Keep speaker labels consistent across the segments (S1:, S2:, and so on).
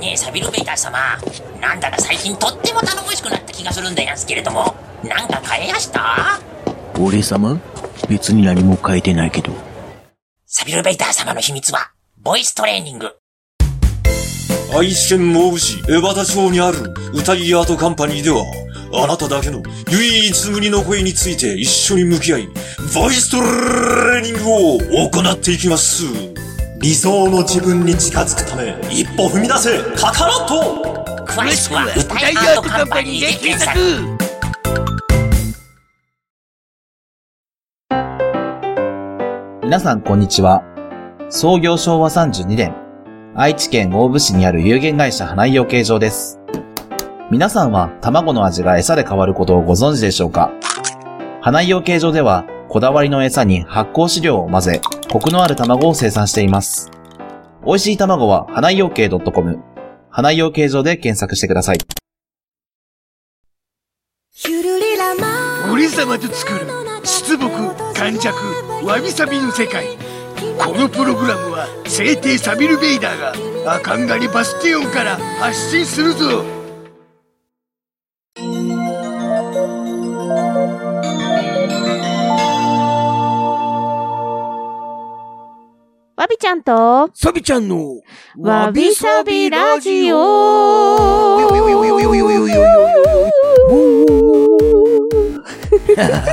S1: ねえ、サビルベイター様。なんだか最近とっても頼もしくなった気がするんでやんすけれども、なんか変えやした
S2: 俺様別に何も変えてないけど。
S1: サビルベイター様の秘密は、ボイストレーニング。
S3: 愛知県毛布市江端町にある歌いアートカンパニーでは、あなただけの唯一無二の声について一緒に向き合い、ボイストレーニングを行っていきます。理想の自分に近づくため、一歩踏み出せ、カカロット
S1: 詳しくは、歌いアートカンパニーで検索。
S4: 皆さん、こんにちは。創業昭和32年、愛知県大府市にある有限会社花井養鶏場です。皆さんは卵の味が餌で変わることをご存知でしょうか花井養鶏場では、こだわりの餌に発酵飼料を混ぜ、コクのある卵を生産しています。美味しい卵は、花井養鶏 .com、花井養鶏場で検索してください。
S5: 俺様と作る出木感弱わびさびの世界このプログラムは聖帝サビル・ベイダーがアカンガリバスティオンから発信するぞ
S6: わびちゃんと、
S5: サビちゃんの
S6: わびさびラジオ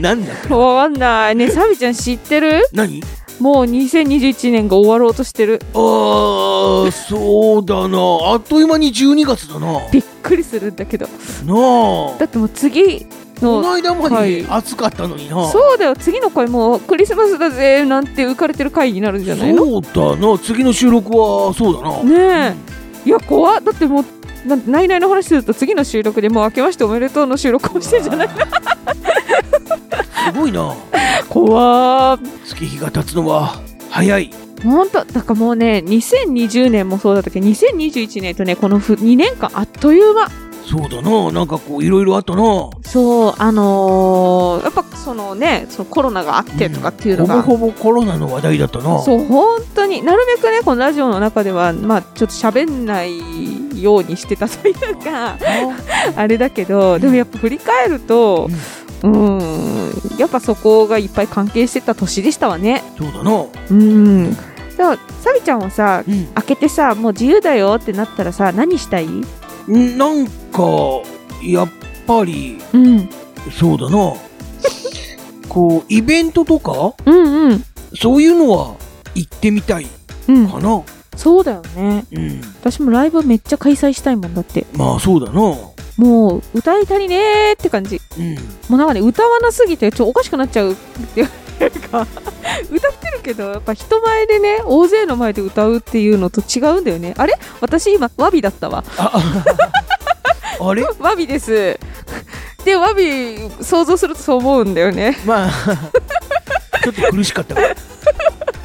S5: なんだ
S6: わかんない。ねえ、サビちゃん知ってる
S5: 何
S6: もう2021年が終わろうとしてる。
S5: あーそうだなあっという間に12月だなな
S6: びっくりするんだけど。
S5: あ
S6: だってもう次
S5: こ
S6: の、
S5: の間ま
S6: は
S5: で
S6: い
S5: 暑かったのにな
S6: そうだよ、次の回もうクリスマスだぜ、なんて浮かれてる回になるんじゃないの
S5: そうだな次の収録はそうだな、
S6: ねえ。いや、怖っだってもう、なんて、ないないの話すると次の収録でもう明けましておめでとうの収録をしてるじゃない
S5: すごいな
S6: 怖っ
S5: 月日が経つのは早い
S6: ほんと、だからもうね、2020年もそうだったけど、2021年とね、このふ2年間あっという間。
S5: そうだななんかこういろいろあったな
S6: そう、あのーやっぱそのね、そのコロナがあってとかっていうの
S5: ほぼ
S6: が、
S5: ほぼコロナの話題だったな
S6: そう、本当に、なるべくね、このラジオの中では、まあ、ちょっと喋んないようにしてたというか、あれだけど、でもやっぱ振り返ると、うん、やっぱそこがいっぱい関係してた年でしたわね。
S5: そうだな
S6: うん。そう、サビちゃんはさ、
S5: うん
S6: 開けてさ、もう自由だよってなったらさ、何したい
S5: うんなんかやっぱり
S6: うん。
S5: そうだなこうイベントとか
S6: うんうん。
S5: そういうのは行ってみたい
S6: うん。
S5: かな
S6: そうだよね。
S5: うん
S6: 私もライブめっちゃ開催したいもんだって。
S5: まあそうだな
S6: もう歌い足りねーって感じ
S5: うん
S6: もうなんかね歌わなすぎてちょおかしくなっちゃうっていうか歌ってるけどやっぱ人前でね大勢の前で歌うっていうのと違うんだよねあれ私今ワビだったわ
S5: ああれ
S6: ワビですでワビ想像するとそう思うんだよね
S5: まあちょっと苦しかったから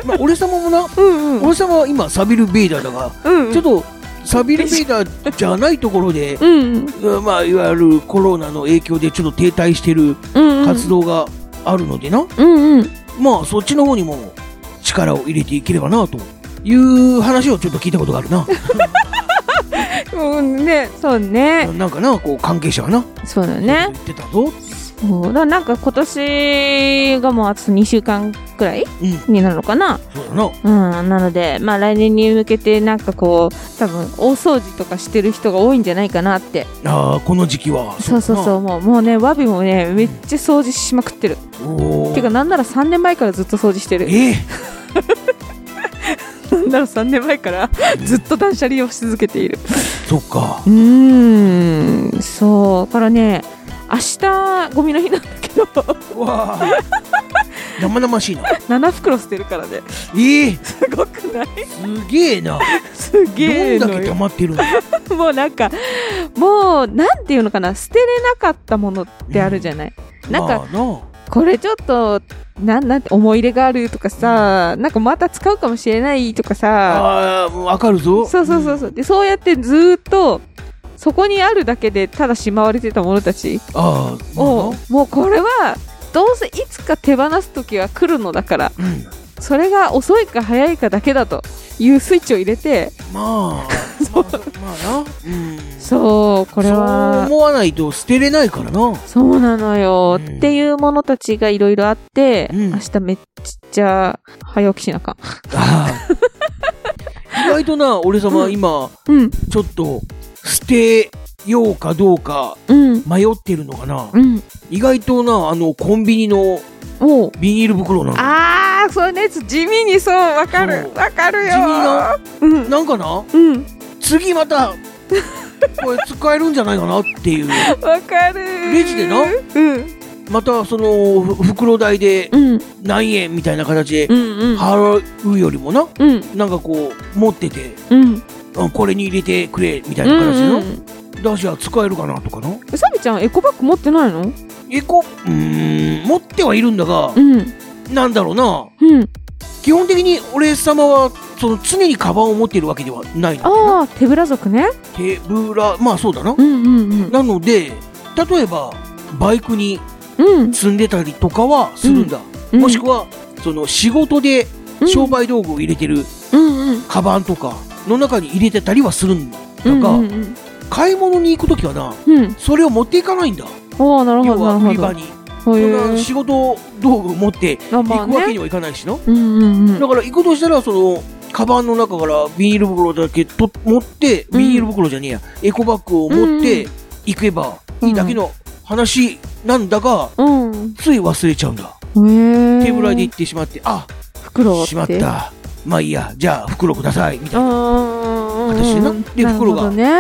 S5: まあ俺様もな
S6: うんうん
S5: 俺様は今サビル・ベイダーだが
S6: うんうん
S5: ちょっとサビル・ベイダーじゃないところで
S6: うん
S5: うんまあいわゆるコロナの影響でちょっと停滞してる
S6: うん
S5: 活動があるのでな、
S6: うんうん
S5: まあそっちの方にも力を入れていければなという話をちょっと聞いたことがあるな
S6: うんねそうね
S5: ななんかなこう関係者がな
S6: そうだよね
S5: 言ってたぞ、
S6: そうだからなんか今年がもうあと2週間くらい
S5: うん、
S6: になるのかな
S5: そうだな
S6: うん、なので、まあ、来年に向けてなんかこう多分大掃除とかしてる人が多いんじゃないかなって
S5: あーこの時期は
S6: そうそうそうもうもうねわびもねめっちゃ掃除しまくってる、
S5: うそうおー
S6: てかなんなら3年前からずっと掃除してる
S5: ええ
S6: なんなら3年前からずっと断捨離をし続けている
S5: そっか
S6: うーんそうだからね明日ゴミの日なんだけど
S5: わあ生々しいな
S6: 7袋捨てるからね
S5: ええ
S6: すごくない
S5: すげえな
S6: すげえ
S5: どん
S6: の
S5: だけ溜
S6: よ
S5: まってるんだ
S6: もうなんかもうなんていうのかな捨てれなかったものってあるじゃない、なんか
S5: まあな
S6: これちょっとなんなんて思い入れがあるとかさ、なんかまた使うかもしれないとかさ
S5: ああわかるぞ
S6: そうそうそうそうでそうやってずーっとそこにあるだけでただしまわれてたものたち
S5: ああ
S6: を、もうこれはどうせいつか手放す時は来るのだから
S5: うん
S6: それが遅いか早いかだけだというスイッチを入れて
S5: まあ、まあ、まあな。うん。
S6: そうこれは
S5: そう思わないと捨てれないからな。
S6: そうなのよ、
S5: うん
S6: っていうものたちがいろいろあって、
S5: うん
S6: 明日めっちゃ早起きしなあかん。
S5: ああ意外とな、俺様、今、
S6: うん、
S5: ちょっと、捨てようかどうか
S6: うん、
S5: 迷ってるのかな。
S6: うん。
S5: 意外とな、あの、コンビニの
S6: おう。
S5: ビニール袋なの。
S6: あー、そうね、地味にそう、わかる
S5: そ。う
S6: わかるよ。
S5: 地
S6: うん、
S5: なんかな、
S6: うん、
S5: 次ま た、これ使えるんじゃないかなっていう。
S6: わかる。
S5: レジでな
S6: うん、
S5: また、その、ふ袋代で
S6: うん、
S5: 何円みたいな形で
S6: うん、うん、
S5: 払うよりもな、
S6: うん、
S5: なんかこう、持ってて、
S6: うん。
S5: あこれに入れてくれ、みたいな形でな。
S6: うん
S5: だしは使えるかなとかな。
S6: うさびちゃんエコバッグ持ってないの
S5: エコ、うーん、持ってはいるんだが
S6: う、ん
S5: なんだろうな。
S6: うん
S5: 基本的に俺様は、その常にカバンを持っているわけではないの。
S6: ああ手ぶら族ね
S5: 手ぶら、まあそうだな
S6: う。んうんうん
S5: なので、例えば、バイクに
S6: うん
S5: 積んでたりとかはするんだ。
S6: うん
S5: もしくは、その仕事で
S6: うん
S5: 商売道具を入れてる
S6: うんうん
S5: カバンとかの中に入れてたりはするんだ
S6: うん
S5: が、
S6: うんうん
S5: 買い物に行くときはな、
S6: うん
S5: それを持っていかないんだ。
S6: ああなるほ
S5: 要
S6: ど
S5: は
S6: な
S5: 売
S6: る
S5: り
S6: ほ
S5: 場
S6: ど
S5: に。
S6: そう
S5: そ
S6: い
S5: んな
S6: う
S5: 仕事道具を持って
S6: あま
S5: 行
S6: あ
S5: くわけに
S6: ね
S5: はいかないしな。
S6: うんうんうん
S5: だから行くとしたら、その、カバンの中からビニール袋だけと持って、
S6: うん
S5: ビニール袋じゃねえや、エコバッグを持って行けばいいだけの話なんだが、
S6: うん
S5: つい忘れちゃうんだ。
S6: へえ
S5: 手ぶらで行ってしまって、あ、
S6: 袋って
S5: しまった。まあいいや、じゃあ袋ください。みたいな。
S6: ああ
S5: 私なで袋が
S6: ね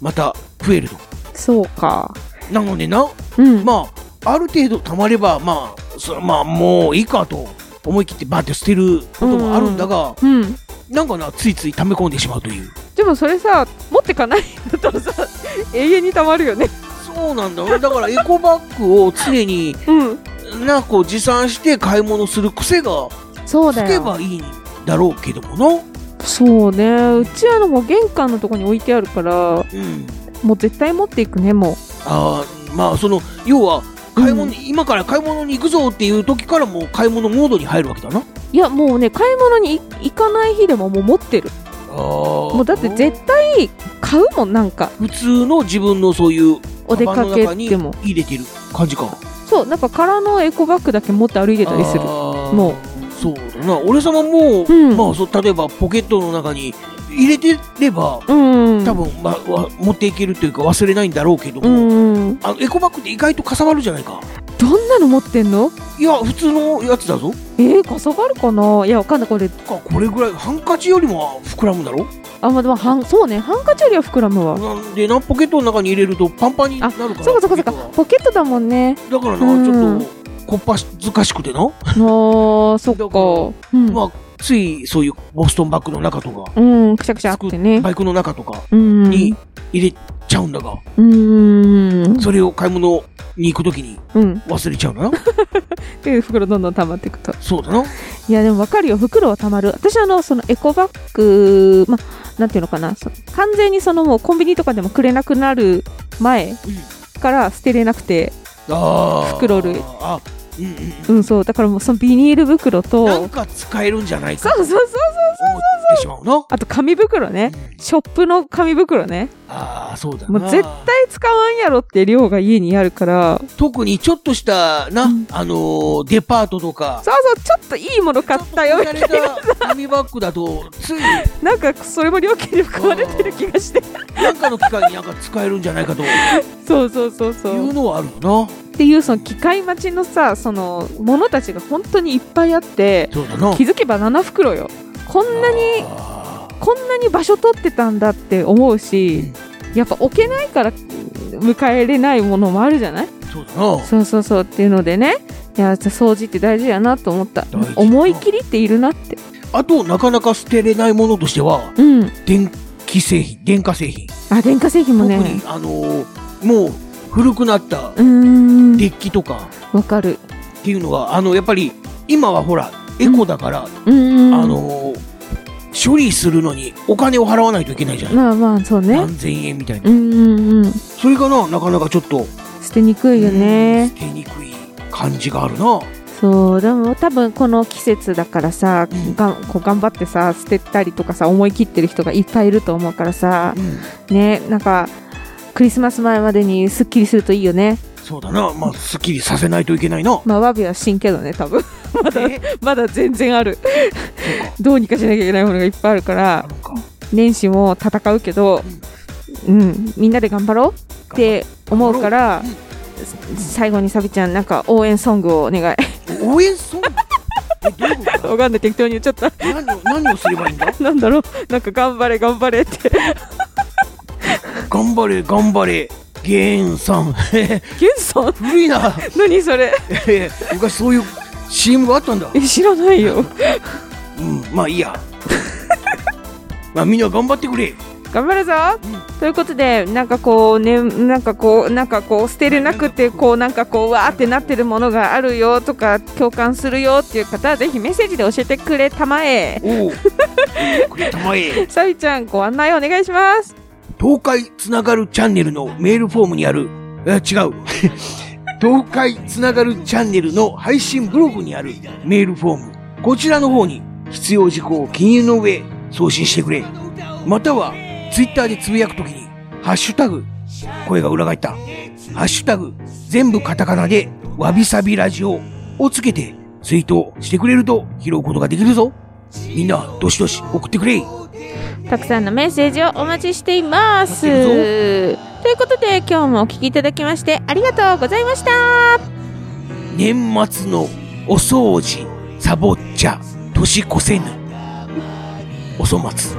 S5: また増えると。
S6: そうか
S5: なのでな、
S6: うん
S5: まあ、ある程度溜まれば、まあ、そまあ、もういいかと思い切ってバーって捨てることもあるんだが、
S6: うん
S5: なんかな、ついつい溜め込んでしまうという。
S6: でもそれさ持ってかないとさ 永遠にたまるよね
S5: そうなんだよだからエコバッグを常に
S6: うん
S5: なんかこう持参して買い物する癖が
S6: そう
S5: つ
S6: だ
S5: け
S6: よ
S5: ばいいんだろうけどもな、う
S6: そうねうちあのもう玄関のとこに置いてあるから
S5: ん、
S6: もう絶対持っていくねも
S5: あーまあその要は買い物、
S6: う
S5: 今から買い物に行くぞっていう時からもう買い物モードに入るわけだな
S6: ういやもうね買い物に行かない日でももう持ってるも
S5: も
S6: うだって絶対買うもんなんか
S5: 普通の自分のそういう
S6: お出
S5: カ
S6: か
S5: バンの
S6: け
S5: 中に
S6: でも
S5: 入れてる感じか
S6: そうなんか空のエコバッグだけ持って歩いてたりする
S5: あー
S6: も
S5: そうだな俺様も、
S6: うん
S5: まあそう例えばポケットの中に入れてれば
S6: うん
S5: 多分、ま、わ持っていけるというか忘れないんだろうけども、
S6: うん
S5: あのエコバッグって意外とかさばるじゃないか
S6: どんなの持ってんの
S5: いや普通のやつだぞ
S6: えー、かさばるかないやわかんないこれ
S5: かこれぐらいハンカチよりも膨らむだろ
S6: あまあでもはんそうねハンカチよりは膨らむわ
S5: なんでなポケットの中に入れるとパンパンになるから
S6: そうかそうかそうかポケットだもんね
S5: だから
S6: う
S5: なんちょっとこっぱずかしくてな、
S6: あ ーそっ
S5: だか
S6: かうん、
S5: まあついそういうボストンバッグの中とか
S6: うんくしゃくしゃってね
S5: バイクの中とか
S6: うんう
S5: に入れちゃうんだが、
S6: ん
S5: それを買い物に行く時に
S6: うん
S5: 忘れちゃう な
S6: で袋どんどん溜まっていくと
S5: そうだない
S6: やでもわかるよ袋はたまる私あのそのエコバッグまなんていうのかなそ完全にそのもうコンビニとかでもくれなくなる前から捨てれなくて
S5: あー
S6: 袋類
S5: あうんうんうん
S6: うんそうだからもうそのビニール袋と
S5: なんか使えるんじゃない
S6: そ
S5: か
S6: うそうそうそう
S5: と思ってしまうな。
S6: あと紙袋ねショップの紙袋ね
S5: ああ、そうだな。
S6: もう絶対使わんやろって量が家にあるから
S5: 特にちょっとした、な、
S6: うん
S5: あのーデパートとか、
S6: そうそうちょっといいもの買ったよみたい
S5: ちょっと見慣れた紙バッグだと、つい、
S6: ななんかそれも料金に含まれてる気がして
S5: なんかの機会になんか使えるんじゃないかとい
S6: そうそうそうそう
S5: うのはあるよな。
S6: っていうその機械待ちのさそのものたちが本当にいっぱいあって
S5: そうだな。
S6: 気づけば7袋よこんなに
S5: あ
S6: こんなに場所取ってたんだって思うしやっぱ置けないから迎えれないものもあるじゃない
S5: ーそうだな。
S6: そうそうそうっていうのでねいや掃除って大事やなと思った
S5: 大事
S6: 思い切りっているなって
S5: あと、なかなか捨てれないものとしては、
S6: うん
S5: 電気製品、電化製品。
S6: あ電化製品も
S5: 特
S6: ね
S5: に、あのーもう古くなった
S6: うーん
S5: デッキとか
S6: わか
S5: っ
S6: る
S5: ていうのが、あの、やっぱり、今はほら、エコだから、
S6: うーん
S5: あの処理するのにお金を払わないといけないじゃない、
S6: まあまあそうね
S5: 何千円みたいな、
S6: うんうんうん
S5: それがななかなかちょっと
S6: 捨てにくいよね
S5: うん捨てにくい感じがあるな
S6: そうでも多分この季節だからさ、
S5: うん
S6: がんこう頑張ってさ捨てたりとかさ思い切ってる人がいっぱいいると思うからさ、ねなんかクリスマス前までにすっきりするといいよね
S5: そうだな、まあ、すっきりさせないといけないな。
S6: まあわびは死んけどね多分 まだ
S5: え
S6: まだ全然あるどうにかしなきゃいけないものがいっぱいあるから
S5: なんか
S6: 年始も戦うけど、うん、みんなで頑張ろうって思うから、最後にサビちゃんなんか応援ソングをお願い
S5: 応援ソングえどういうこ
S6: わかんない適当に言っちゃった
S5: と何を何をすればいいんだ
S6: なんだろうなんか頑張れ頑張れって
S5: 頑張れ頑張れゲーンさん
S6: ゲン さん
S5: 古いな
S6: 何それ
S5: 昔そういう CM があったんだ
S6: え知らないよ
S5: うんまあいいやまあみんな頑張ってくれ
S6: 頑張るぞ、ということでなんかこうねなんかこうなんかこう捨てれなくてこうなんかこうわーってなってるものがあるよとか共感するよっていう方はぜひメッセージで教えてくれたまえ
S5: おおくれたまえ
S6: サビちゃんご案内お願いします
S5: 東海つながるチャンネルのメールフォームにある、え、違う。東海つながるチャンネルの配信ブログにあるメールフォーム。こちらの方に必要事項を記入の上送信してくれ。または、ツイッターでつぶやくときに、ハッシュタグ、声が裏返った。ハッシュタグ、全部カタカナで、わびさびラジオをつけて、ツイートしてくれると拾うことができるぞ。みんな、どしどし送ってくれ。
S6: たくさんのメッセージをお待ちしていますと
S5: 待って
S6: いうことで今日もお聞きいただきましてありがとうございました
S5: 年末のお掃除サボっちゃ年越せぬお粗末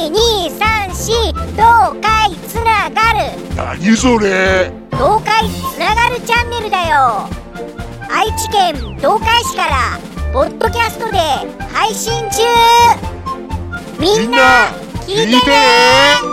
S7: 12342234東海つながる
S8: 何それ
S7: 東海つながるチャンネルだよ愛知県東海市からポッドキャストで配信中みんな聞いてね